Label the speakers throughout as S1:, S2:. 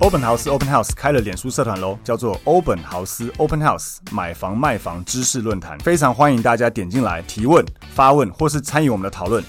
S1: 欧本豪斯 Open House 开了脸书社团喽，叫做欧本豪斯 Open House 买房卖房知识论坛，非常欢迎大家点进来提问、发问或是参与我们的讨论。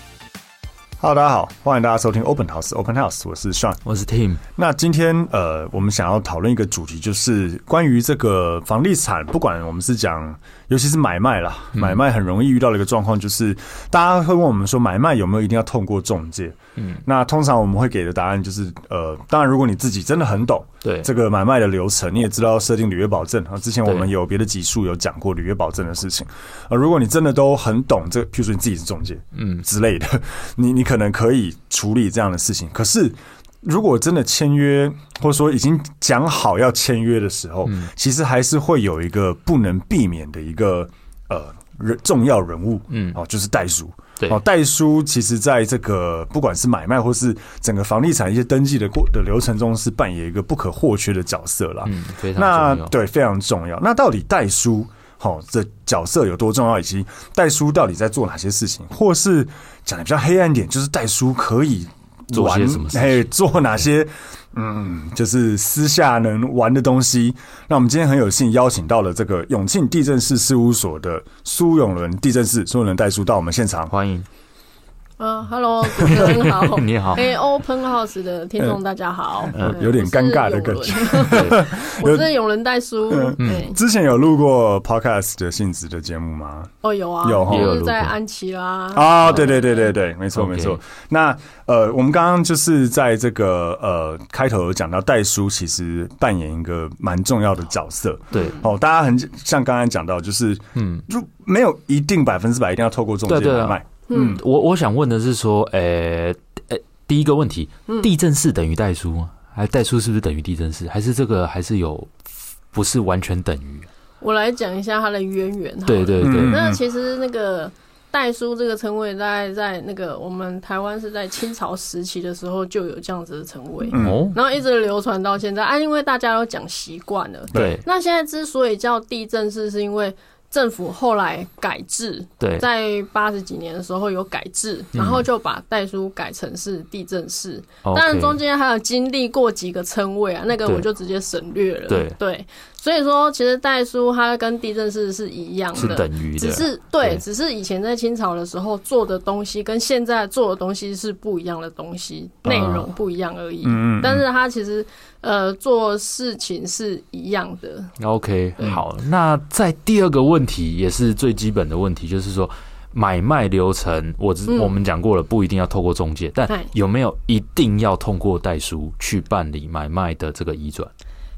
S1: Hello，大家好，欢迎大家收听欧本豪斯 Open House，我是 Sean。
S2: 我是 Tim，
S1: 那今天呃，我们想要讨论一个主题，就是关于这个房地产，不管我们是讲，尤其是买卖啦，买卖很容易遇到的一个状况，就是大家会问我们说，买卖有没有一定要透过中介？嗯，那通常我们会给的答案就是，呃，当然如果你自己真的很懂，
S2: 对
S1: 这个买卖的流程，你也知道设定履约保证啊，之前我们
S2: 对
S1: 有别的集数有讲过履约保证的事情，呃，如果你真的都很懂这，譬如说你自己是中介，嗯之类的， 你你可能可以处理这样的事情，可是。如果真的签约，或者说已经讲好要签约的时候，
S2: 嗯
S1: 其实还是会有一个不能避免的一个呃人重要人物，嗯，哦，就是代书。
S2: 对
S1: 哦，代书其实在这个不管是买卖或是整个房地产一些登记的过的流程中，是扮演一个不可或缺的角色啦。
S2: 嗯，非常
S1: 那
S2: 重要。
S1: 对非常重要。那到底代书好、这角色有多重要，以及代书到底在做哪些事情，或是讲的比较黑暗一点，就是代书可以
S2: 做
S1: 玩
S2: 些什么事情
S1: 哎，做哪些嗯，就是私下能玩的东西。那我们今天很有幸邀请到了这个永庆地震室事务所的苏永伦地震室苏永伦代书到我们现场。
S2: 欢迎，，
S3: 啊，Hello，主 持人好
S2: 你好
S3: 哎、o p e n House 的听众大家好，
S1: 呃
S3: 对
S1: 有点尴尬的感嗯觉。
S3: 我是永伦我是永伦代书，哎对，
S1: 之前有录过 podcast 的性质的节目吗？
S3: 哦，有啊，
S1: 有哈
S2: 也有
S3: 就
S2: 录
S3: 是
S2: 过
S3: 在安琪啦，
S1: 啊、对对对对对，没错
S2: OK
S1: 没错。那呃，我们刚刚就是在这个呃开头有讲到代书其实扮演一个蛮重要的角色。
S2: 对
S1: 哦，大家很像刚才讲到，就是嗯，就没有一定百分之百一定要透过中介
S2: 对对啊
S1: 买卖。
S3: 嗯，
S2: 我我想问的是说，呃呃，第一个问题，
S3: 嗯
S2: 地震室等于代书吗？还代书是不是等于地震室？还是这个还是有不是完全等于？
S3: 我来讲一下它的渊源。好了
S2: 对，对
S1: 嗯
S2: 对，
S3: 那其实那个代书这个称谓，大概在那个我们台湾是在清朝时期的时候就有这样子的称谓，
S1: 嗯
S2: 哦，
S3: 然后一直流传到现在啊，因为大家都讲习惯了。
S2: 对
S3: 那现在之所以叫地震式，是因为政府后来改制，
S2: 对嗯
S3: 在八十几年的时候有改制，然后就把代书改成是地震式。
S2: ，OK，
S3: 当然中间还有经历过几个称谓啊，那个
S2: 对
S3: 我就直接省略了。
S2: 对
S3: 所以说其实代书它跟地震式是一样
S2: 是
S3: 的
S2: 等。于
S3: 只
S2: 的，
S3: 是对
S2: 对，
S3: 只是以前在清朝的时候做的东西跟现在做的东西是不一样的东西，内容
S2: 啊
S3: 不一样而已。
S1: 嗯嗯
S3: 但是它其实呃做事情是一样的，
S2: OK，好，那在第二个问题也是最基本的问题，就是说买卖流程，我只、
S3: 嗯
S2: 我们讲过了，不一定要透过中介，但
S3: 对
S2: 有没有一定要通过代书去办理买卖的这个移转？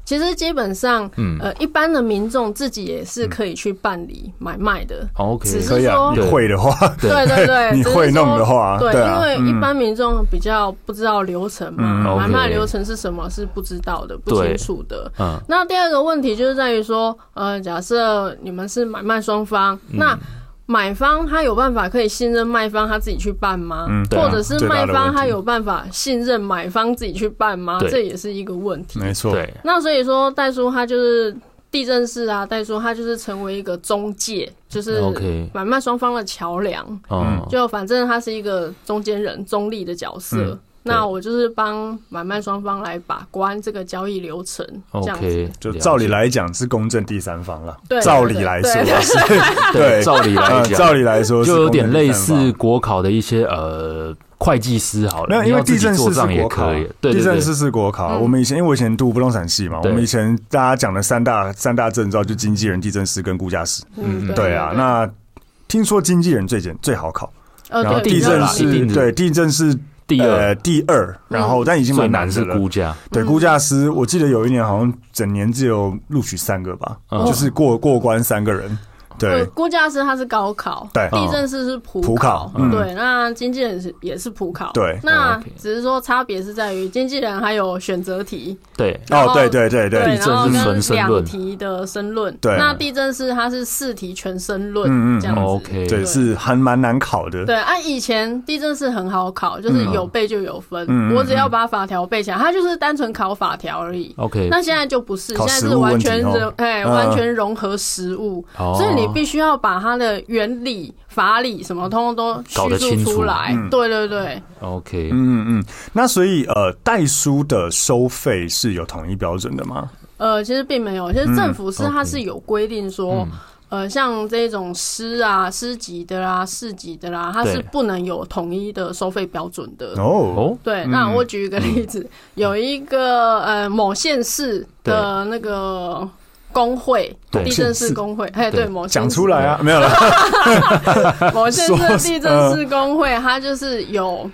S3: 其实基本上，
S2: 嗯
S3: 呃，一般的民众自己也是可以去办理买卖的。
S2: ，OK，
S3: 呃只
S1: 可以啊，
S3: 是
S1: 你
S2: 说
S1: 会的话，
S2: 对
S3: 对对对，
S1: 你
S3: 只是
S1: 会弄
S3: 说
S1: 的话
S3: 对，
S1: 对啊
S3: 因为一般民众比较不知道流程嘛，
S2: 嗯
S3: 买卖
S2: OK
S3: 流程是什么是不知道的、不
S2: 对
S3: 清楚的。
S2: 嗯，
S3: 那第二个问题就是在于说，呃，假设你们是买卖双方，
S2: 嗯
S3: 那买方他有办法可以信任卖方他自己去办吗？
S1: 嗯
S2: 对啊
S3: 或者是
S1: 最大
S3: 卖
S1: 的问
S3: 方他
S1: 题
S3: 有办法信任买方自己去办吗？
S2: 对
S3: 这也是一个问题。
S1: 没错，
S2: 对，
S3: 那所以说，代叔他就是地震式啊，代叔他就是成为一个中介，就是
S2: 嗯 OK
S3: 买卖双方的桥梁。
S2: 嗯，
S3: 就反正他是一个中间人、中立的角色。
S1: 嗯
S3: 那
S2: 对
S3: 我就是帮买卖双方来把关这个交易流程，这样子。
S2: OK，
S1: 就
S2: 了
S1: 照理
S2: 解
S1: 来讲是公正第三方了。
S3: 对
S1: 照理来
S3: 对
S1: 说
S3: 对
S1: 是，
S2: 对，照理来
S1: 呃
S2: 讲，
S1: 照理来说是
S2: 就有点
S1: 公正第
S2: 类
S1: 三方
S2: 似国考的一些呃会计师好了，
S1: 没有，
S2: 你
S1: 因
S2: 要
S1: 为
S2: 自
S1: 地
S2: 己
S1: 震
S2: 做
S1: 市是
S2: 账也
S1: 国考啊
S2: 可以，，对
S1: 地
S2: 对
S1: 震
S2: 对，
S1: 市是国考。啊
S3: 嗯
S1: 我们以前因为我以前读不动产系嘛，我
S2: 对
S1: 们以前大家讲的三大三大证照就经纪人、地震师跟估价师。
S3: 嗯，
S1: 对啊，那听说经纪人最简最好考，
S3: 呃，
S1: 然后
S3: 对
S1: 地
S3: 比较
S1: 震
S3: 容易
S2: 一定
S1: 师
S2: 的
S1: 对地震师
S2: 第
S1: 呃
S2: 二
S1: 第二，然后但已经
S2: 最
S1: 蛮
S2: 难
S1: 的
S2: 是
S1: 了。
S2: 估价，
S1: 对，估价师，我记得有一年好像整年只有录取三个吧，
S2: 嗯
S1: 就是过过关三个人。对
S3: 呃，估价师他是高考，
S2: 哦
S1: 对
S3: 地震师是普
S1: 普考嗯
S3: 对，那经纪人是也是普考，
S1: 对
S2: 哦
S3: 那
S2: ，OK
S3: 只是说差别是在于经纪人还有选择题，
S2: 对，
S3: 然
S1: 哦，
S3: 后
S1: 对对对对，
S2: 地震
S3: 然后
S2: 是
S3: 跟
S2: 纯申
S3: 两
S2: 论
S3: 题的申论，
S1: 对
S3: 那地震师他是四题全申论，
S1: 嗯嗯
S3: 这样子。
S2: OK
S1: 对，是还蛮难考的。
S3: 对，按、以前地震是很好考，就是有背就有分，
S1: 嗯嗯
S3: 我只要把法条背起来，它就是单纯考法条而已。
S2: OK，
S3: 那现在就不是，
S1: 考
S3: 现在
S1: 实
S3: 是
S1: 物
S3: 完
S1: 问题
S3: 全
S1: 哦
S3: 融，哎、
S1: 嗯
S3: 完全融合实物，
S2: 哦
S3: 所以你必须要把它的原理、法理什么通通都
S2: 搞得
S3: 叙
S2: 清
S3: 述
S2: 楚
S3: 出来。
S1: 嗯
S3: 对对对，
S2: OK，
S1: 嗯嗯嗯。那所以呃，代书的收费是有统一标准的吗？
S3: 呃，其实并没有，其实政府是它
S2: OK
S3: 是有规定说，呃，像这种诗啊、诗集的啦、市集的啦，它是
S2: 对
S3: 不能有统一的收费标准的。
S1: 哦，
S2: 哦，
S3: 对，那我举一个例子，有一个呃某县市的那个工会，
S2: 对
S3: 地震市工会，哎，对，
S2: 对
S3: 某县
S1: 讲
S3: 市
S1: 出来啊，没有了。
S3: 某县市
S1: 说
S3: 的地震市工会，它就是有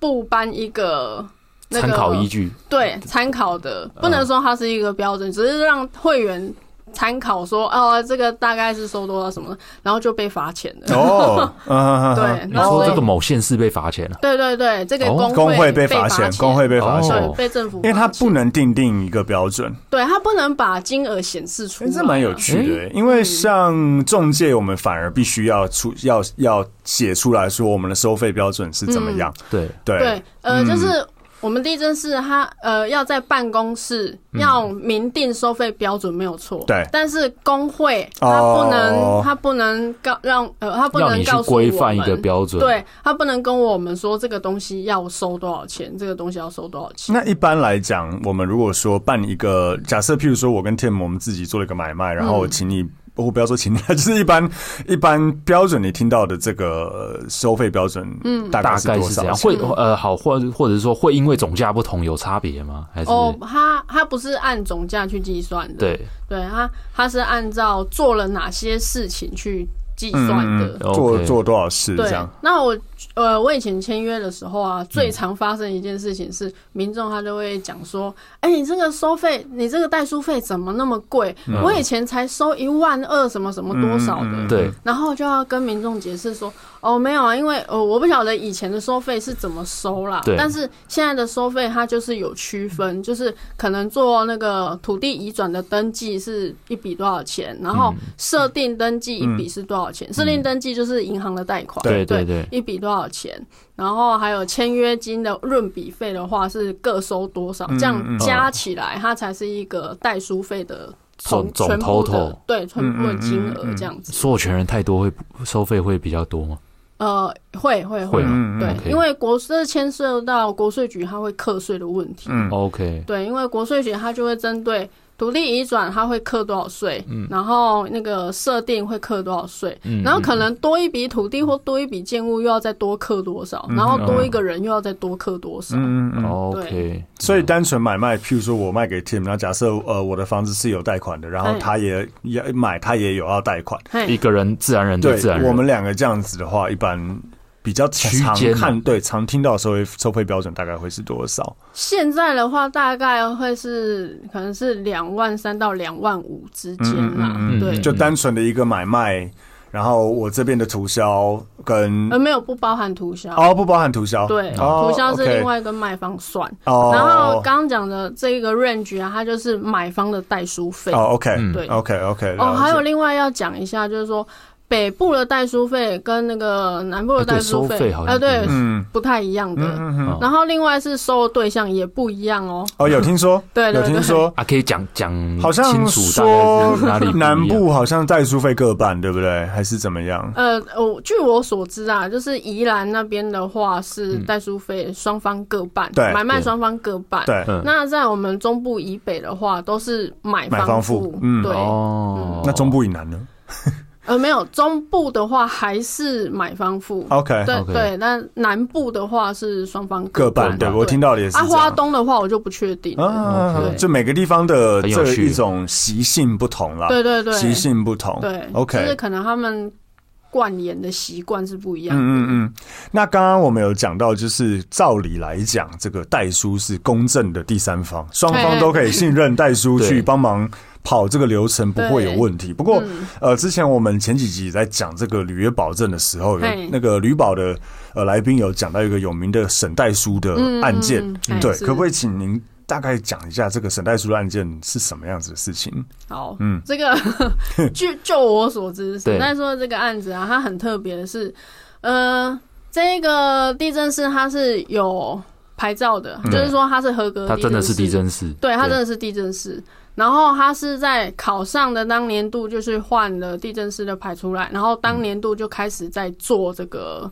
S3: 不颁一个。那
S2: 参
S3: 个
S2: 考依据
S3: 对参考的，不能说它是一个标准，只是让会员参考说，哦，这个大概是收多少什么，然后就被罚钱了。
S1: 哦，嗯，
S3: 对，
S2: 你
S3: 那所
S2: 说
S3: 以
S2: 这个某县市被罚钱了，
S3: 对对对，这个
S2: 哦
S3: 工
S1: 工会被罚
S3: 罚
S1: 钱，工会被罚钱，嗯
S3: 对
S2: 哦
S3: 被政府罚
S1: 因为
S3: 钱，
S1: 他不能定定一个标准。
S3: 对他不能把金额显示出
S1: 哎、
S3: 来、
S1: 这蛮有。趣的、因为像中介，我们反而必须要出要要写出来说我们的收费标准是怎么样。
S2: 对，
S1: 嗯对，
S3: 对，呃，
S1: 嗯
S3: 就是我们地震室他呃要在办公室要明定收费标准没有错，
S1: 嗯对
S3: 但是工会他
S1: 哦
S3: 不能他不能告让呃他不
S2: 要
S3: 能
S2: 你去
S3: 告诉
S2: 规
S3: 我
S2: 范一个
S3: 们。
S2: 标准，
S3: 对他不能跟我们说这个东西要收多少钱，这个东西要收多少钱。
S1: 那一般来讲，我们如果说办一个假设，譬如说我跟 Tim 我们自己做了一个买卖，然后请你。我不要说请你， 就是一般一般标准，你听到的这个呃收费标准，嗯，大概
S2: 大
S1: 是
S2: 概
S1: 多
S2: 是这
S1: 少
S2: 样，
S1: 钱？
S2: 会呃好，或或者是说会因为总价不同有差别吗？
S1: 嗯
S2: 还是
S3: 哦，他他不是按总价去计算的，
S2: 对
S3: 对，他他是按照做了哪些事情去计算的。
S1: 做
S2: 嗯 OK
S1: 做多少事这
S3: 对
S1: 样？，嗯
S3: 那我呃，我以前签约的时候啊，最常发生一件事情是，民众他就会讲说：“哎、你这个收费，你这个代书费怎么那么贵？
S1: 嗯
S3: 我以前才收一万二，什么什么多少的。
S2: 对
S3: 然后就要跟民众解释说：“哦，没有啊，因为呃，我不晓得以前的收费是怎么收啦，
S2: 对嗯
S3: 但是现在的收费它就是有区分，就是可能做那个土地移转的登记是一笔多少钱，然后
S2: 嗯
S3: 设定登记一笔是多少钱，设定登记就是银行的贷款，
S2: 对
S3: 对
S2: 对对
S3: 一笔多少钱，然后还有签约金的润笔费的话是各收多少，
S2: 嗯
S3: 这样加起来它才是一个代书费的
S2: 总
S3: 同
S2: 总
S3: 全部
S2: total 嗯
S3: 的对全部的金额这样子。
S2: 所有权人太多会收费会比较多吗？
S3: 呃，会会
S2: 会
S3: 会
S1: 嗯
S2: 吗，嗯
S3: 对
S2: OK
S3: 因为国这牵涉到国税局它会课税的问题，
S2: 嗯
S1: 嗯
S2: OK，
S3: 对，因为国税局它就会针对土地移转，它会课多少税，
S2: 嗯
S3: 然后那个设定会课多少税，然后可能多一笔土地或多一笔建物又要再多课多少，
S2: 嗯
S3: 然后多一个人又要再多课多
S2: 哦
S3: 少，
S2: OK，
S1: 嗯所以单纯买卖，譬如说我卖给 Tim，那假设呃我的房子是有贷款的，然后
S3: 哎
S1: 他也也买，他也有要贷款，
S3: 嘿
S2: 一个人自然人对
S1: 对
S2: 嗯自然人，
S1: 我们两个这样子的话，一般比较
S2: 区
S1: 常
S2: 间
S1: 看对常听到的收费收费标准大概会是多少？
S3: 现在的话，大概会是可能是两万三到两万五之间啦。
S2: 嗯
S3: 对，
S1: 就单纯的一个买卖，然后我这边的涂销跟
S3: 而没有不包含涂销。
S1: 哦不包含涂销，
S3: 嗯对，
S1: 哦
S3: 涂销是
S1: OK
S3: 另外跟卖方算。
S1: 哦，
S3: 然后刚刚讲的这个 range 啊，它就是买方的代书费。
S1: 哦 OK
S2: 嗯
S3: 对
S1: OK OK
S3: 哦，还有另外要讲一下，就是说北部的代书费跟那个南部的
S2: 哎
S3: 代书
S2: 对收费
S3: 费
S2: 好，像
S3: 啊，对
S2: 不一，
S1: 嗯
S3: 不太一样的。
S2: 嗯
S3: 然后另外是收的对象也不一样哦。
S1: 哦有听说
S3: 对对
S1: 有听说。
S2: 啊可以讲讲
S1: 好像
S2: 清楚大概
S1: 说
S2: 是哪里一样
S1: 南部好像代书费各半，对不对？还是怎么样？
S3: 呃，我据我所知啊，就是宜兰那边的话是代书费双方各半，
S1: 嗯对
S3: 买卖
S2: 对
S3: 双方各半。
S1: 对，
S2: 嗯
S3: 那在我们中部以北的话，都是买
S1: 买方付
S3: 付，
S1: 嗯
S3: 对，嗯
S2: 哦，
S1: 那中部以南呢
S3: 呃，没有中部的话还是买方付，
S1: ？OK，
S3: 对
S2: OK
S3: 对，那南部的话是双方
S1: 各
S3: 半
S1: 半。，对我听到的也是这
S3: 啊，
S1: 样。
S3: 花东的话我就不确定了，
S1: 啊，
S2: OK
S1: 就每个地方的
S2: 很有
S1: 这
S2: 趣
S1: 一种习性不同啦，
S3: 对对对，
S1: 习性不同，
S3: 对
S1: ，OK，
S3: 就是可能他们灌盐的习惯是不一样的。
S1: 嗯嗯嗯。那刚刚我们有讲到，就是照理来讲，这个代书是公正的第三方，双方都可以信任代书
S2: 对
S1: 去帮忙跑这个流程，不会有问题。不过
S3: 嗯，
S1: 呃，之前我们前几集在讲这个履约保证的时候，有
S3: 嘿
S1: 那个履保的呃来宾有讲到一个有名的沈代书的
S3: 嗯
S1: 案件
S3: 嗯嗯，
S1: 对
S3: 嘿，是
S1: 可不可以请您大概讲一下这个沈代书的案件是什么样子的事情？
S3: 好，
S1: 嗯
S3: 这 个据就我所知，
S2: 对
S3: 沈代说的这个案子啊，它很特别的是，呃，这个地震师它是有牌照的，
S1: 嗯
S3: 就是说它是合格
S2: 他
S3: 地
S2: 真的是
S3: 师
S2: 地，震师，
S3: 对，它真的是地震师。然后他是在考上的当年度，就是换了地震师的牌出来，然后当年度就开始在做这个、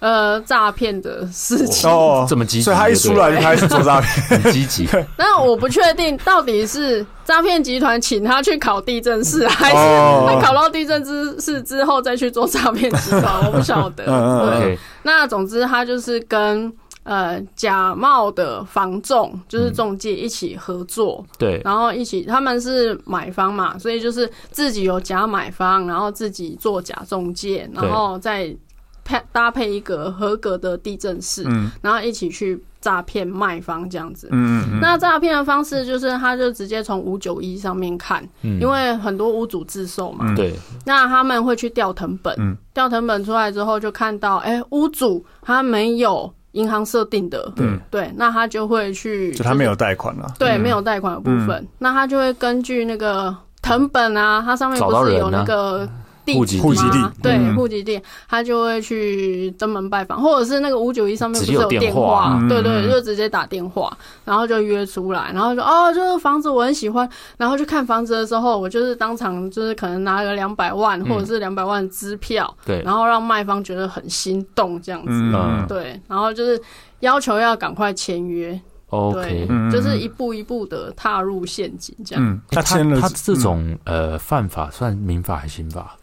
S3: 呃诈骗的事情。
S1: 哦
S2: 这么积极
S1: 所以他一
S2: 就
S1: 出
S2: 对
S1: 来就开始做诈 骗。
S2: 很积 极，
S3: 那我不确定到底是诈骗集团请他去考地震师，还是
S1: 哦
S3: 他考到地震知识之后再去做诈骗集团，我不晓 得。
S1: 嗯嗯
S3: 对，
S2: 对，
S3: 那总之他就是跟呃假冒的房仲，
S1: 嗯
S3: 就是中介一起合作，
S2: 对，
S3: 然后一起他们是买方嘛，所以就是自己有假买方，然后自己做假中介，
S2: 对
S3: 然后再配搭配一个合格的地震师，
S1: 嗯
S3: 然后一起去诈骗卖方这样子。
S1: 嗯嗯嗯，
S3: 那诈骗的方式就是，他就直接从五九一上面看，
S2: 嗯
S3: 因为很多屋主自售嘛，
S1: 嗯
S2: 对
S3: 那他们会去调成本
S1: 嗯，
S3: 调、成本出来之后就看到，哎、屋主他没有银行设定的，
S1: 嗯
S3: 对，那他就会去，
S1: 就他没有贷款啊。
S3: 对
S2: 嗯
S3: 没有贷款的部分，那他就会根据那个成本啊，它上面
S2: 找到
S3: 不是
S2: 人啊
S3: 有那个。地址
S2: 户籍地
S3: 吗
S1: 户籍地
S3: 对
S1: 嗯
S3: 户籍地，他就会去登门拜访，或者是那个五九一上面不
S2: 直
S3: 是
S2: 接有
S3: 有
S2: 电
S3: 电
S2: 话
S3: 话，
S1: 嗯
S3: 对对，就直接打电话，然后就约出来，然后就哦，这个房子我很喜欢，然后去看房子的时候，我就是当场就是可能拿个两百万或者是两百万支票，
S2: 嗯对
S3: 然后让卖方觉得很心动这样子，
S1: 嗯
S2: 嗯
S3: 对，然后就是要求要赶快签约，对
S2: ，OK，，
S1: 嗯
S3: 就是一步一步的踏入陷阱这样。
S1: 嗯，他
S2: 他
S1: 签了
S2: 他这种呃犯法算民法还是刑法？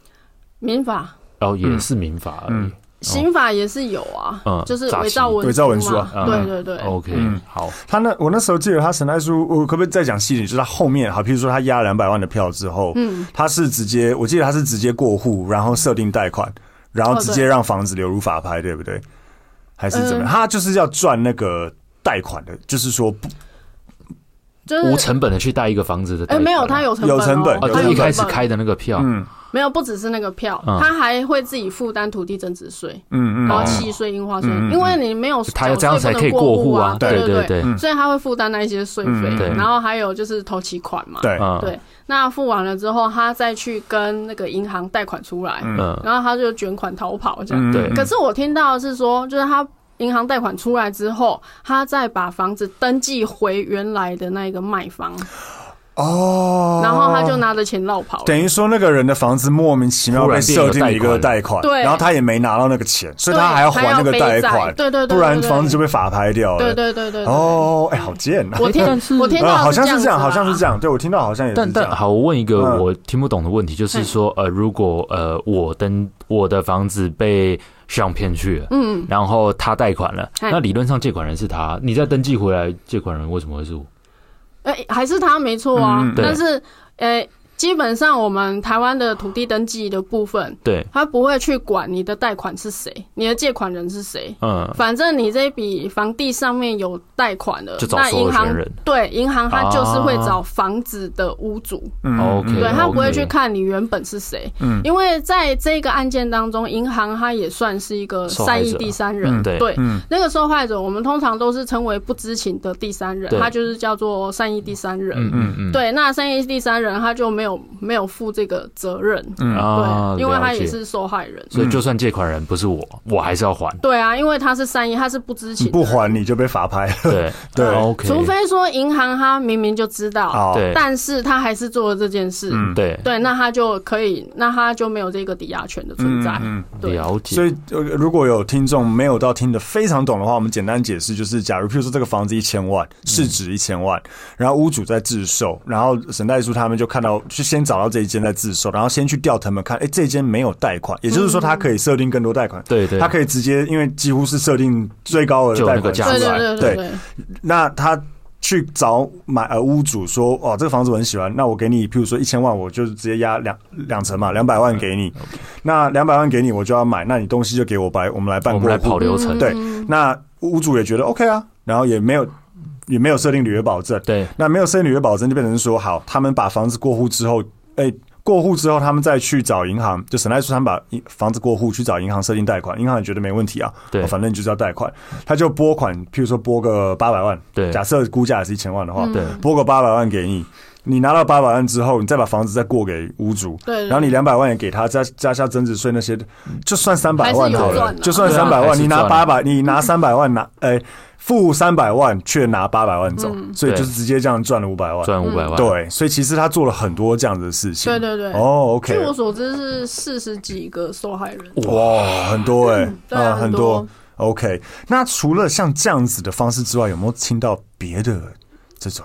S3: 民法、
S2: 哦，也
S1: 嗯
S2: 是民法而
S1: 嗯
S2: 已。
S3: 刑法也是有啊，
S2: 嗯
S3: 就是
S2: 诈
S3: 伪
S2: 欺
S3: 造文
S1: 伪造文
S3: 书
S1: 书
S3: 嘛
S2: 啊
S3: 对
S2: 嗯
S3: 对对，
S2: OK，
S1: 嗯
S2: 好，
S1: 他那我那时候记得他沈代书，我可不可以再讲细一点？就是他后面好，譬如说他压两百万的票之后，
S3: 嗯，
S1: 他是直接，我记得他是直接过户，然后设定贷款，然后直接让房子流入法拍，对不对？还是怎么样？
S3: 呃
S1: 他就是要赚那个贷款的，就是说不
S3: 就是
S2: 无成本的去贷一个房子的贷
S3: 哎、
S2: 款，
S3: 没有，他有成本、
S1: 有
S3: 哦，
S1: 成本有
S2: 哦，
S3: 它
S2: 他
S1: 成
S2: 一
S1: 本
S2: 开始开的那个票，
S1: 嗯
S3: 没有，不只是那个票，
S2: 嗯
S3: 他还会自己负担土地增值税，
S1: 嗯嗯
S3: 然后
S1: 嗯
S3: 契税、印花税，
S1: 嗯嗯嗯
S3: 因为你没有
S2: 他要这样才可以
S3: 过
S2: 过户
S3: 啊，
S2: 对
S3: 对
S2: 对对，
S3: 所以他会负担那一些税费，
S1: 嗯
S2: 对
S3: 然后还有就是头期款嘛，
S1: 对，
S2: 嗯
S3: 对那付完了之后，他再去跟那个银行贷款出来，
S1: 嗯
S2: 嗯
S3: 然后他就卷款逃跑这
S1: 嗯
S3: 样。
S2: 对
S3: 可是我听到的是说，就是他银行贷款出来之后，他再把房子登记回原来的那一个卖方，
S1: 哦，
S3: 然后他就拿着钱绕跑了。
S1: 等于说那个人的房子莫名其妙
S2: 突然
S1: 被
S2: 变有
S1: 设定了一个贷款，
S3: 对
S1: 然后他也没拿到那个钱，所以
S3: 对
S1: 他还要还那个
S3: 背
S1: 贷
S3: 债
S1: 款，
S3: 对对对对
S1: 不然
S3: 对
S1: 房子就被法拍掉了。
S3: 对对对对对
S1: 哦，哎，好贱啊！
S3: 我听
S2: 但是
S3: 我听到
S1: 啊，好像是
S3: 这
S1: 这样，
S3: 子
S1: 好像是
S3: 啦
S1: 这样。对我听到好像也是
S2: 但
S1: 这
S2: 但
S1: 样。
S2: 好，我问一个
S1: 嗯
S2: 我听不懂的问题，就是说，呃，如果呃我登我的房子被上骗去了，
S3: 嗯，
S2: 然后他贷款了，
S3: 嗯
S2: 那理论上借款人是他，你再登记回来，借款人为什么会是我？
S3: 哎、还是他没错啊。
S1: 嗯
S2: 对
S3: 但是，呃、基本上我们台湾的土地登记的部分，
S2: 对，
S3: 他不会去管你的贷款是谁，你的借款人是谁。
S2: 嗯，
S3: 反正你这笔房地上面有贷款的
S2: 就，找
S3: 那
S2: 所有
S3: 银行
S2: 权人
S3: 对银行，它就是会找房子的屋主，
S1: 嗯
S2: OK
S3: 对他不会去
S2: OK
S3: 看你原本是谁，
S1: 嗯
S3: 因为在这个案件当中，银行它也算是一个
S2: 受害
S3: 善
S2: 者啊
S3: 意第三人，
S1: 嗯
S2: 对
S3: 对，
S1: 嗯
S3: 那个受害者，我们通常都是称为不知情的第三人
S2: 对，
S3: 他就是叫做善意第三人。
S2: 嗯嗯嗯，
S3: 对，那善意第三人他就没有没有负这个责任，
S1: 嗯
S2: 啊，
S3: 对，因为他
S2: 了解
S3: 也，是受害人。，
S2: 所以就算借款人不是我，我还是要还
S3: 对啊，因为他是善意，他是不知情
S1: 你
S3: 的，
S1: 不还你就被法拍。
S2: 对哦
S1: 对
S2: ，OK，
S3: 除非说银行他明明就知道，
S1: 哦，
S2: 对
S3: 但是他还是做了这件事，
S1: 嗯
S2: 对
S3: 对，那他就可以，那他就没有这个抵押权的存在。
S1: 嗯嗯
S3: 对，
S2: 了解，
S1: 所以呃如果有听众没有到听得非常懂的话，我们简单解释就是，假如譬如说这个房子一千万，市值一千万，然后屋主在自售，然后沈代书他们就看到，就先找到这一间在自售，然后先去调他们看，哎，这一间没有贷款，也就是说他可以设定更多贷款。
S2: 嗯对对，
S1: 他可以直接，因为几乎是设定最高额
S2: 就
S1: 的贷
S2: 有那个
S1: 款
S2: 价
S1: 出
S3: 对
S2: 值
S3: 对
S1: 来，
S3: 对对对，
S1: 那他去找买呃屋主说，哦，这个房子我很喜欢，那我给你，譬如说一千万，我就直接压两两成嘛，两百万给你。那两百万给你，我就要买，那你东西就给我白，我们来办
S2: 我
S1: 过
S2: 们来
S1: 户
S2: 跑流程，
S1: 对，那屋主也觉得 OK 啊，然后也没有也没有设定履约保证。
S2: 对，
S1: 那没有设定履约保证，就变成说，好，他们把房子过户之后，哎、过户之后，他们再去找银行，就沈代书他们把一房子过户去找银行设定贷款，银行也觉得没问题啊，
S2: 对
S1: 哦反正就是要贷款，他就拨款，譬如说拨个八百万，
S2: 对
S1: 假设估价也是一千万的
S3: 嗯
S1: 话，
S2: 对
S1: 拨个八百万给你。你拿到八百万之后，你再把房子再过给屋主，
S3: 对对
S1: 然后你两百万也给他，加加下增值税那些，就算三百万好
S3: 还是有
S1: 了
S3: 赚，啊
S1: 就算
S2: 对啊
S1: 三百
S2: 还
S1: 万，
S2: 是
S1: 你拿
S2: 赚
S1: 八
S2: 啊
S1: 百，你拿三百万拿，哎，付三百万却拿八百万走，
S3: 嗯
S1: 所以
S2: 对
S1: 就是直接这样赚了五百万。
S2: 赚五百万，，
S1: 对，所以其实他做了很多这样子的事情。
S3: 对对对
S1: 哦，OK，哦
S3: 据我所知是四十几个受害人。
S1: 哇，很多哎、
S3: 对啊
S1: 很
S3: 很多
S1: OK，那除了像这样子的方式之外，有没有听到别的这种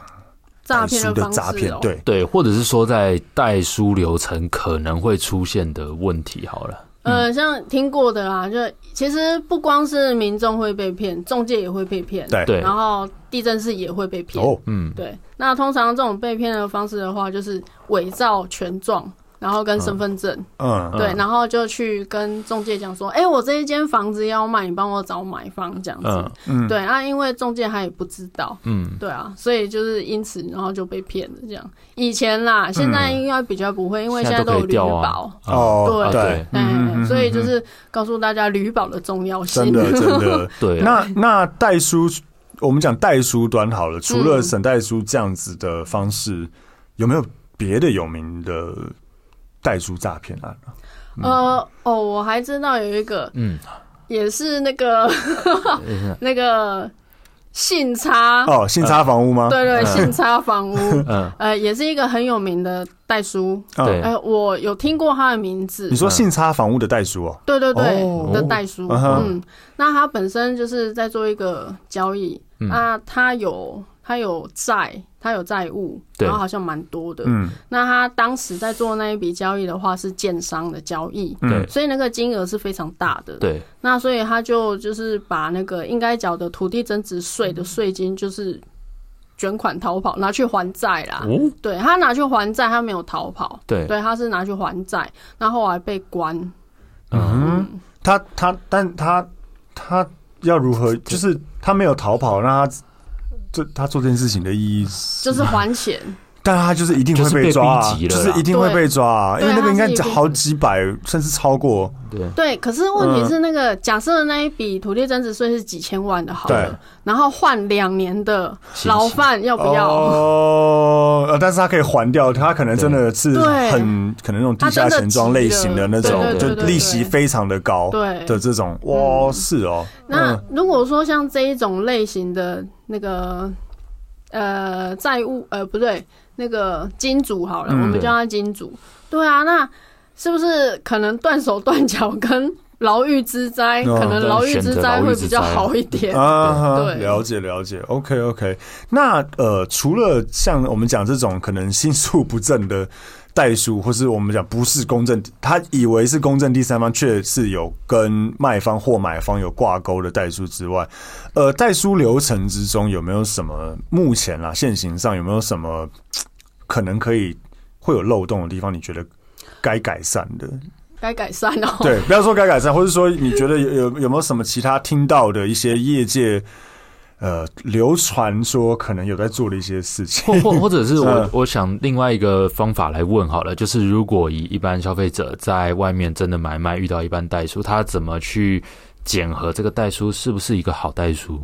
S3: 诈骗
S1: 特殊的
S3: 方式、哦、
S1: 诈骗？，对，
S2: 对，或者是说在代书流程可能会出现的问题，好了，
S1: 嗯
S3: 呃，像听过的啊啦，就其实不光是民众会被骗，中介也会被骗，
S1: 对
S2: 对
S3: 然后地震室也会被骗，
S1: 哦，
S2: 嗯
S3: 对。那通常这种被骗的方式的话，就是伪造权状，然后跟身份证，
S1: 嗯，
S3: 对，然后就去跟中介讲说，哎、我这一间房子要卖，你帮我找买方这样子，
S2: 嗯
S3: 对。啊，因为中介他也不知道，嗯，对啊，所以就是因此，然后就被骗了这样。以前啦，现在应该比较不会，因
S2: 嗯
S3: 为
S2: 现
S3: 现
S2: 在
S3: 在
S2: 都
S3: 都
S2: 可以
S3: 有旅
S2: 调啊嗯
S3: 保。
S1: 哦，
S3: 对
S1: 对，
S3: 哎，所以就是告诉大家旅保的重要性。
S1: 嗯真的
S2: 嗯
S1: 真的。
S2: 对啊，
S1: 那那代书，我们讲代书端好了，除
S3: 嗯
S1: 了沈代书这样子的方式，有没有别的有名的代书诈骗案啊？
S3: 呃，哦，我还知道有一个，
S2: 嗯，
S3: 也是那 个那个信差，
S1: 哦，
S2: 呃
S1: 信差房屋吗？
S3: 对对，信差房屋，
S2: 嗯，
S3: 呃，也是一个很有名的代书，
S1: 嗯
S2: 对
S3: 呃，我有听过他的名字
S1: 你。说
S2: 嗯
S1: 信差房屋的代书哦，
S3: 对对对，
S1: 哦
S3: 的代书，
S2: 啊
S1: 嗯哼
S3: 嗯，那他本身就是在做一个交易，
S2: 嗯
S3: 那他有他有债，他有债务，
S2: 对
S3: 然后好像蛮多的，
S1: 嗯，
S3: 那他当时在做那一笔交易的话，是建商的交易，
S1: 嗯
S2: 对
S3: 所以那个金额是非常大的。，
S2: 对
S3: 那所以他就就是把那个应该缴的土地增值税
S2: 嗯
S3: 的税金，就是卷款逃跑，拿去还债啦。
S2: 哦
S3: 对他拿去还债，他没有逃跑，
S2: 对
S3: 哎对，他是拿去还债，那后来被关。
S2: 嗯
S1: 嗯他他，但他他要如何？就是他没有逃跑，那他这他做这件事情的意义是，
S3: 就是还钱，
S1: 但他就是一定会抓、啊，
S2: 就是被逼急
S1: 就
S2: 了啦
S1: 是一定会被抓、啊，因为
S3: 对
S1: 那个应该
S3: 对他是一定嗯
S1: 好几百，甚至超过。
S2: 对
S3: 对。可是问题是，那个、假设那一笔土地增值税是几千万的，好
S1: 对
S3: 了，然后换两年的牢犯，要不要？
S1: 哦，呃，但是他可以还掉，他可能真的是
S3: 对
S1: 很可能那种地下
S3: 他真的
S1: 钱庄类型的那种
S2: 急了，对
S1: 就
S2: 对对
S3: 对
S1: 利息非常的高
S3: 对嗯
S1: 的这种。哇，是哦，
S3: 那
S1: 嗯
S3: 如果说像这一种类型的那个呃债务呃不对那个金主好了，我们叫他金主。对啊，那是不是可能断手断脚跟牢狱之灾，
S1: 哦
S3: 可能牢狱之灾会比较好一点？
S1: 啊哈，
S3: 对
S1: 了解了解，OK OK 那。呃，除了像我们讲这种可能心术不正的代数，或是我们讲不是公正，他以为是公正第三方，却是有跟卖方或买方有挂钩的代数之外，呃，代书流程之中有没有什么目前啦，现行上有没有什么嘖可能可以会有漏洞的地方？你觉得该改善的？
S3: 该改善哦。
S1: 对，不要说该改善，或者说你觉得有有有没有什么其他听到的一些业界呃流传说可能有在做的一些事情？
S3: 哦
S2: 或或或者是
S1: 嗯
S2: 我我想另外一个方法来问好了，就是如果以一般消费者在外面真的买卖遇到一般代书，他怎么去检核这个代书是不是一个好代书？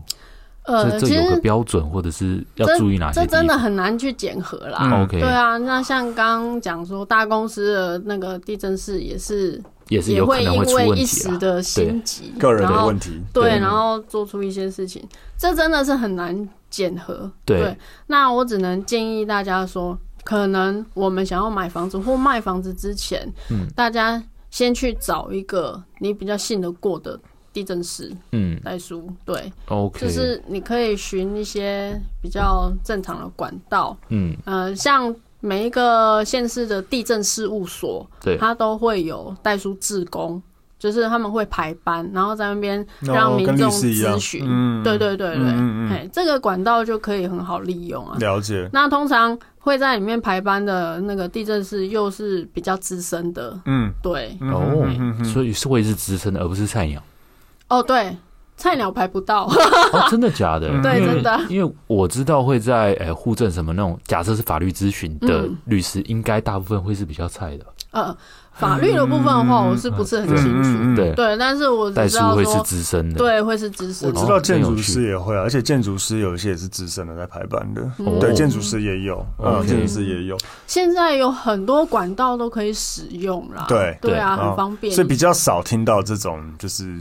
S3: 呃，
S2: 这
S3: 其
S2: 这有个
S3: 实
S2: 标准，或者是要
S3: 这
S2: 注意哪些
S3: 这
S2: 地方？
S3: 真的很难去检核啦。
S1: 嗯
S2: OK，
S3: 对啊，那像刚刚讲说大公司的那个地震室也是
S2: 也是
S3: 也
S2: 有可
S3: 会
S2: 能
S3: 因
S2: 会出
S3: 为
S2: 问
S3: 一
S2: 题
S3: 时
S2: 啊。
S3: 的心急，
S1: 个人
S3: 然
S1: 的
S3: 后
S1: 问题，
S3: 对，
S2: 对
S3: 然后做出一些事情，这真的是很难检核。
S2: 对
S3: 那我只能建议大家说，可能我们想要买房子或卖房子之前，
S2: 嗯
S3: 大家先去找一个你比较信得过的地震师
S2: 嗯
S3: 代书，对，
S2: ，OK，
S3: 就是你可以寻一些比较正常的管道，
S2: 嗯，
S3: 呃，像每一个县市的地震事务所，
S2: 对
S3: 它都会有代书志工。就是他们会排班，然后在那边
S1: 哦
S3: 让民
S1: 跟律
S3: 众
S1: 师一样
S3: 咨询。
S1: 嗯
S3: 对对对对，
S1: 嗯嗯嗯
S3: 哎，这个管道就可以很好利用啊。
S1: 了解，
S3: 那通常会在里面排班的那个地震师又是比较资深的，
S1: 嗯，
S3: 对，
S1: 嗯
S2: 哦
S1: 嗯嗯嗯，嗯
S2: 所以是会是资深的，而不是菜鸟。
S3: 哦对，菜鸟排不到，
S2: 哦，真的假
S1: 嗯
S2: 的？
S3: 对
S2: 因为
S3: 真的
S2: 因为我知道会在诶户政什么那种，假设是法律咨询的
S3: 嗯
S2: 律师，应该大部分会是比较菜的，
S3: 呃，法律的部分的话，我是不是很清楚？
S1: 嗯嗯嗯
S2: 对，
S3: 对，但是我
S2: 代
S3: 只知
S2: 书
S3: 道
S2: 会是
S3: 说，
S2: 资深的，
S3: 对，会是知
S1: 我
S3: 识
S1: 知
S2: 哦
S1: 道建
S2: 很有
S1: 筑
S2: 趣
S1: 师也会啊，而且建筑师有一些也是资深的在排版的，
S2: 哦
S1: 对，建筑师也有，嗯，
S2: OK
S1: 建筑师也有，
S3: 现在有很多管道都可以使用啦，
S1: 对
S3: 对啊，
S1: 对
S3: 很方便。
S1: 哦所以比较少听到这种就是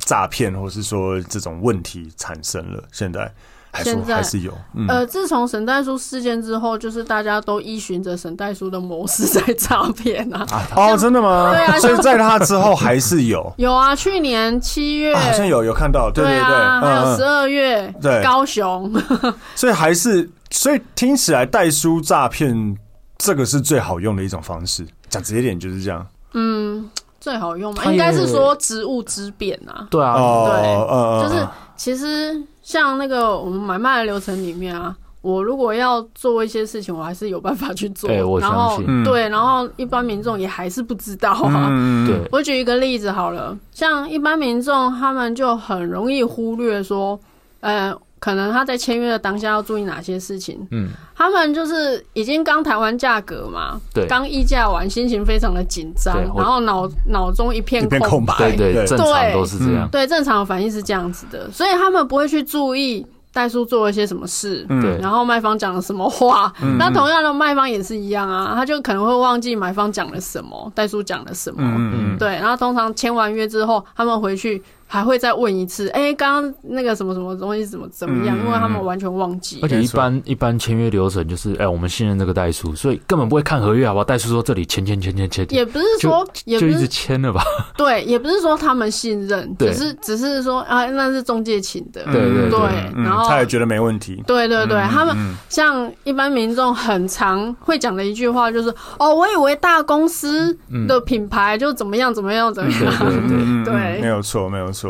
S1: 诈骗或是说这种问题产生了。现在还说
S3: 现在
S1: 还是有，嗯，
S3: 呃，自从沈代书事件之后，就是大家都依循着沈代书的模式在诈骗啊。
S1: 哦，真的吗？
S3: 对啊
S1: 所以在他之后还是有，
S3: 有啊，去年七月，
S1: 啊好像有有看到，对对，
S3: 啊，还有
S1: 嗯
S3: 十
S1: 嗯，
S3: 二月，
S1: 对
S3: 高雄，
S1: 所以还是所以听起来代书诈骗这个是最好用的一种方式。讲直接点就是这样
S3: 嗯，最好用嘛，
S2: 它也
S3: 应该是说职务之便啊。
S2: 对啊，
S1: 哦，呃，
S3: 就是
S2: 嗯
S3: 其实像那个我们买卖的流程里面啊，我如果要做一些事情，我还是有办法去做。
S2: 对我
S3: 然
S2: 相
S3: 后
S2: 信
S1: 嗯
S3: 对，然后一般民众也还是不知道啊。
S1: 嗯
S2: 对，
S3: 我举一个例子好了，像一般民众他们就很容易忽略说，呃，可能他在签约的当下要注意哪些事情。
S2: 嗯，
S3: 他们就是已经刚谈完价格嘛，
S2: 对，
S3: 刚议价完，心情非常的紧张
S2: 对，我
S3: 然后脑脑中一片
S1: 一片空白
S2: 对
S1: 对
S2: 对，正常都是这样，
S3: 对，正常的反应是这样子的，所以他们不会去注意代书做了些什么事，
S1: 嗯
S2: 对
S3: 然后卖方讲了什么话。
S2: 嗯
S3: 那同样的，卖方也是一样啊，他就可能会忘记买方讲了什么，代书讲了什么。
S1: 嗯嗯
S3: 对，然后通常签完约之后，他们回去还会再问一次，哎、刚刚那个什么什么东西怎么怎么样？
S1: 嗯
S3: 因为他们完全忘记
S2: 而。且一
S1: 错
S2: 般一般签约流程就是，哎、我们信任这个代书，所以根本不会看合约，好不好？代书说这里签签签签签，
S3: 也不是说，也
S2: 就
S3: 不
S2: 一直
S3: 是
S2: 签了吧？
S3: 对，也不是说他们信任，
S2: 对
S3: 只是只是说啊，那是中介请的，
S1: 嗯，
S2: 对对
S1: 嗯
S2: 对
S1: 嗯
S3: 然后
S1: 他也觉得没问题，
S3: 对对对，他们
S1: 嗯
S3: 像一般民众很常会讲的一句话就是：“哦，我以为大公司的品牌就怎么样怎么样怎么
S2: 对
S3: 样。
S2: 对对，
S1: 嗯嗯，嗯
S3: 对
S1: 没有错，没有错。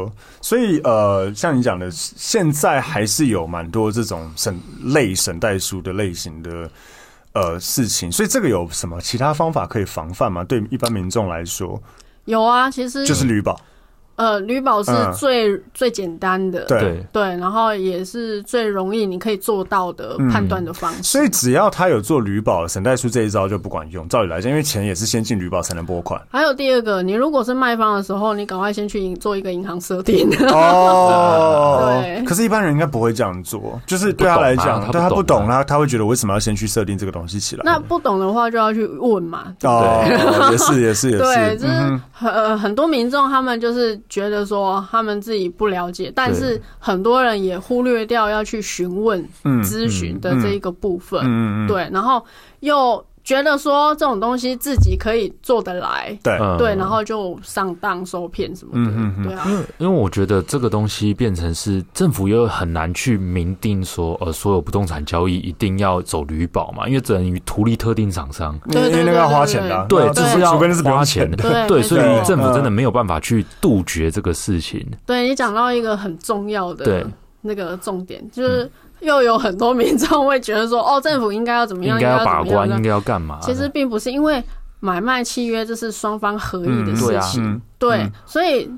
S1: 所以呃，像你讲的，现在还是有蛮多这种省类省代书的类型的呃事情，所以这个有什么其他方法可以防范吗？对一般民众来说，
S3: 有啊，其
S2: 嗯
S3: 实
S1: 就是旅保，
S3: 呃，旅保是
S1: 嗯
S3: 最、最简单的，
S1: 对。
S2: 对
S3: 对然后也是最容易你可以做到的判断的方式。
S1: 所以只要他有做旅保，省代书这一招就不管用。照理来讲，因为钱也是先进旅保才能拨 款
S3: 还有第二个，你如果是卖方的时候，你赶快先去银做一个银行设定。
S1: 哦
S3: 对
S1: 可是，一般人应该不会这样做。就是对他
S2: 不懂啊
S1: 来讲，
S2: 他
S1: 对他
S2: 不
S1: 不
S2: 懂啊
S1: 懂，他他会觉得为什么要先去设定这个东西起来？
S3: 那不懂的话就要去问嘛。
S1: 哦，嗯也是也是也
S3: 对，
S1: 是，
S3: 就是很、呃很多民众他们就是觉得说他们自己不了解，但是很多人也忽略掉要去询问、
S1: 嗯
S3: 咨询的这一个部分，
S1: 嗯嗯嗯，
S3: 对，然后又觉得说这种东西自己可以做得来，
S1: 对，
S2: 嗯
S3: 对，然后就上当受骗什么的，
S1: 嗯嗯嗯
S3: 对啊，
S2: 因为我觉得这个东西变成是政府又很难去明定说，呃，所有不动产交易一定要走旅保嘛，因为等于图利特定厂商。
S1: 因为因为那个要花钱的啊，
S2: 对，
S1: 那
S2: 这
S3: 对
S2: 是要
S1: 除非那是不用
S2: 花
S1: 钱
S2: 钱
S1: 的，
S2: 的，
S3: 对
S2: 对，
S3: 没
S2: 所以
S1: 错
S2: 政府真的没有办法去杜绝这个事情。
S3: 对你讲到一个很重要
S2: 对
S3: 的
S1: 嗯
S3: 那个重点，就是又有很多民众会觉得说，哦，政府应该要怎么
S2: 应
S3: 样，
S2: 该
S3: 要
S2: 要
S3: 怎
S2: 把
S3: 么样
S2: 关，
S3: 怎么样
S2: 应该要干嘛？
S3: 其实并不是，因为买卖契约这是双方合意的
S1: 嗯
S3: 事
S2: 对啊
S3: 情，
S1: 嗯，
S3: 对
S1: 嗯
S3: 所以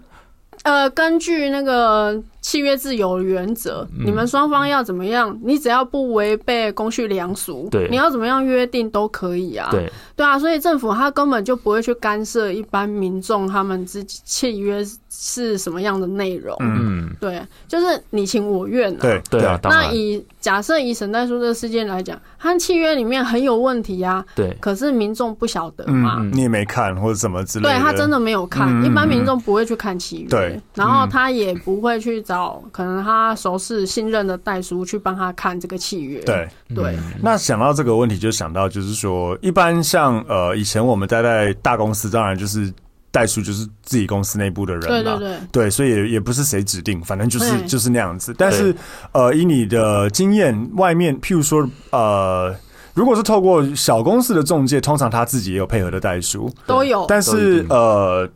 S3: 呃，根据那个契约自由原则，
S2: 嗯
S3: 你们双方要怎么样，你只要不违背公序良俗，
S2: 对
S3: 你要怎么样约定都可以啊，
S2: 对，
S3: 对啊，所以政府他根本就不会去干涉一般民众他们自己契约是什么样的内容，
S2: 嗯，
S3: 对，就是你情我愿、啊，
S1: 对
S2: 对啊，，当
S3: 那
S2: 然，
S3: 以假设以沈代书这个事件来讲，他契约里面很有问题呀、啊，
S2: 对，
S3: 可是民众不晓得嘛，
S1: 嗯，你也没看或者什么之类
S3: 对
S1: 的，
S3: 他真
S1: 的，
S3: 的没有看，
S1: 嗯嗯
S3: 一般民众不会去看契约，
S1: 对
S3: 然后他也不会去找可能他熟识信任的代书去帮他看这个契约，
S1: 对。嗯
S3: 对
S1: 那想到这个问题，就想到就是说，一般像呃，以前我们待在大公司，当然就是代数就是自己公司内部的人
S3: 对
S1: 嘛
S3: 对，对，
S1: 对，所以也也不是谁指定，反正就是
S3: 对
S1: 就是那样子。但是呃，以你的经验，外面譬如说呃。如果是透过小公司的中介，通常他自己也有配合的代书，
S3: 都有，
S1: 但
S2: 都一
S1: 是
S2: 定
S1: 呃，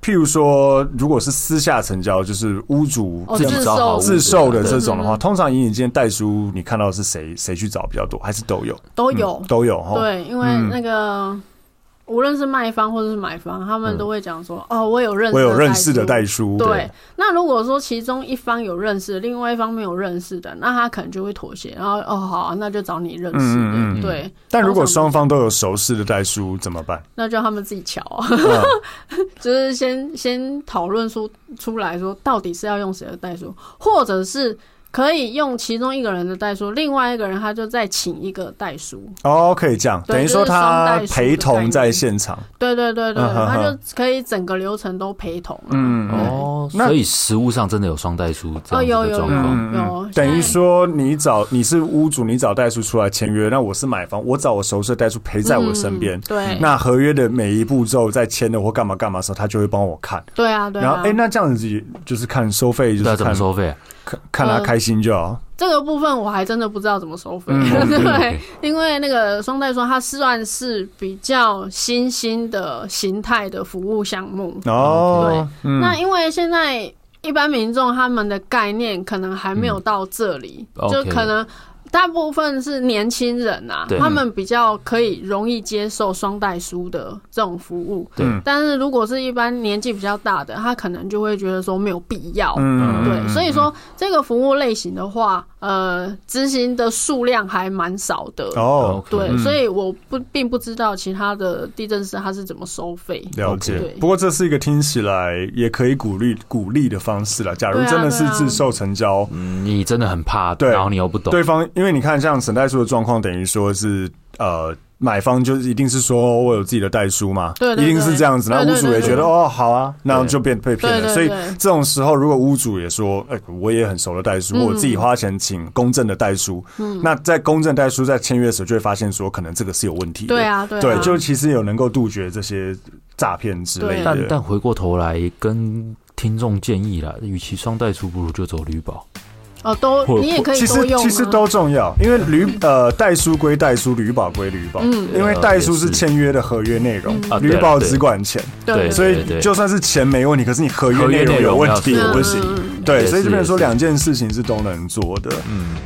S1: 譬如说，如果是私下成交，就是屋主
S3: 哦
S2: 自己找好
S1: 自
S3: 自
S1: 售的这
S3: 对
S1: 种的
S3: 嗯
S1: 话，
S3: 嗯
S1: 通常隐隐间代书，你看到是谁谁去找比较多，还是都有
S3: 都有
S1: 嗯、都有嗯哈。
S3: 对，因为那个、无论是卖方或者是买方，他们都会讲说，哦，我有认识，
S1: 嗯我有认识的
S3: 代
S1: 代
S3: 书。
S1: 书，
S3: 对，那如果说其中一方有认识，另外一方没有认识的，那他可能就会妥协，然后哦好啊、那就找你认识的，
S1: 嗯嗯嗯
S3: 对，
S1: 但如果双方都有熟识的代书怎么办？
S3: 那就他们自己瞧啊，
S1: 嗯
S3: 就是先先讨论出出来说，到底是要用谁的代书，或者是可以用其中一个人的代书，另外一个人他就再请一个代书，
S1: 哦，可以这样，
S3: 对
S1: 等于说
S3: 就是双
S1: 他
S3: 代书的
S1: 陪
S3: 概
S1: 同
S3: 念
S1: 在现场。
S3: 对对对
S1: 嗯
S3: 对，
S1: 哼哼
S3: 他就可以整个流程都陪同、啊，
S1: 嗯
S3: 对
S2: 哦，
S1: 那
S2: 所以实物上真的有双代书这
S3: 哦
S2: 样
S3: 有
S2: 子的
S3: 有
S2: 状
S3: 有
S2: 况。
S1: 嗯
S3: 有，现在
S1: 等于说你找你是屋主，你找代书出来签约，那我是买方，我找我熟识的代书陪在我身边
S3: 嗯。对，
S1: 那合约的每一步骤在签的或干嘛干嘛的时候，他就会帮我看。
S3: 对啊对
S1: 然后
S3: 啊，
S1: 哎、那这样子也就是看收费，就
S2: 那
S1: 是
S2: 怎么
S1: 看
S2: 收费啊？
S1: 看看他开心就好。
S3: 这个部分我还真的不知道怎么收费，
S1: 嗯
S3: 对， 因为那个双代说它算是比较新兴的形态的服务项目，
S1: 哦，嗯
S3: 那因为现在一般民众他们的概念可能还没有到这里，
S2: 嗯
S3: 就
S2: OK
S3: 可能大部分是年轻人啊
S2: 对，
S3: 他们比较可以容易接受双代书的这种服务。
S2: 对
S1: 嗯
S3: 但是如果是一般年纪比较大的，他可能就会觉得说没有必要。
S1: 嗯
S3: 对，所以说这个服务类型的话，呃，执行的数量还蛮少的。
S1: 哦，
S3: 对，
S1: 嗯
S3: 所以我不并不知道其他的地震师他是怎么收费。
S1: 了解
S3: 对。
S1: 不过这是一个听起来也可以鼓励鼓励的方式了。假如
S3: 对啊
S1: 真的是
S3: 对啊
S1: 自售成交，
S2: 嗯你真的很怕，
S1: 对
S2: 然后你又不懂，
S1: 对方，因为你看，像沈代书的状况，等于说是呃，买方就是一定是说我有自己的代书嘛，
S3: 对对
S1: 一定是这样子。
S3: 对
S1: 那
S3: 对
S1: 屋主也
S3: 对对
S1: 觉得
S3: 对
S1: 哦，好啊，那就变被骗了。
S3: 对对
S1: 所以
S3: 对
S1: 这种时候，如果屋主也说，哎、我也很熟的代书，
S3: 嗯
S1: 我自己花钱请公证的代书，那在公证代书在签约的时候，就会发现说，可能这个是有问题的。
S3: 对啊对啊
S1: 对，就其实有能够杜绝这些诈骗之类
S3: 对
S1: 的
S2: 但。但回过头来跟听众建议啦，与其双代出，不如就走绿保。
S3: 哦，都
S2: 或
S3: 你也可以
S1: 其
S3: 多
S1: 实
S3: 用、啊
S1: 其实都重要，因为旅呃代书归代书，旅保归旅保，
S3: 嗯
S1: 因为代书是
S2: 呃也是
S1: 签约的合约内容
S2: 啊，
S1: 旅
S2: 对啊
S1: 保
S2: 对
S1: 只管钱，
S3: 对，
S2: 对
S1: 所以就算是钱没问题，可是你合约
S2: 合约
S1: 内容
S2: 内容
S1: 有问
S2: 要
S1: 题
S2: 是
S1: 也不
S3: 嗯
S1: 行
S3: 嗯。
S1: 对，
S2: 也
S1: 所以
S2: 是
S1: 这边说
S2: 也是
S1: 两件事情是都能做的。
S2: 嗯，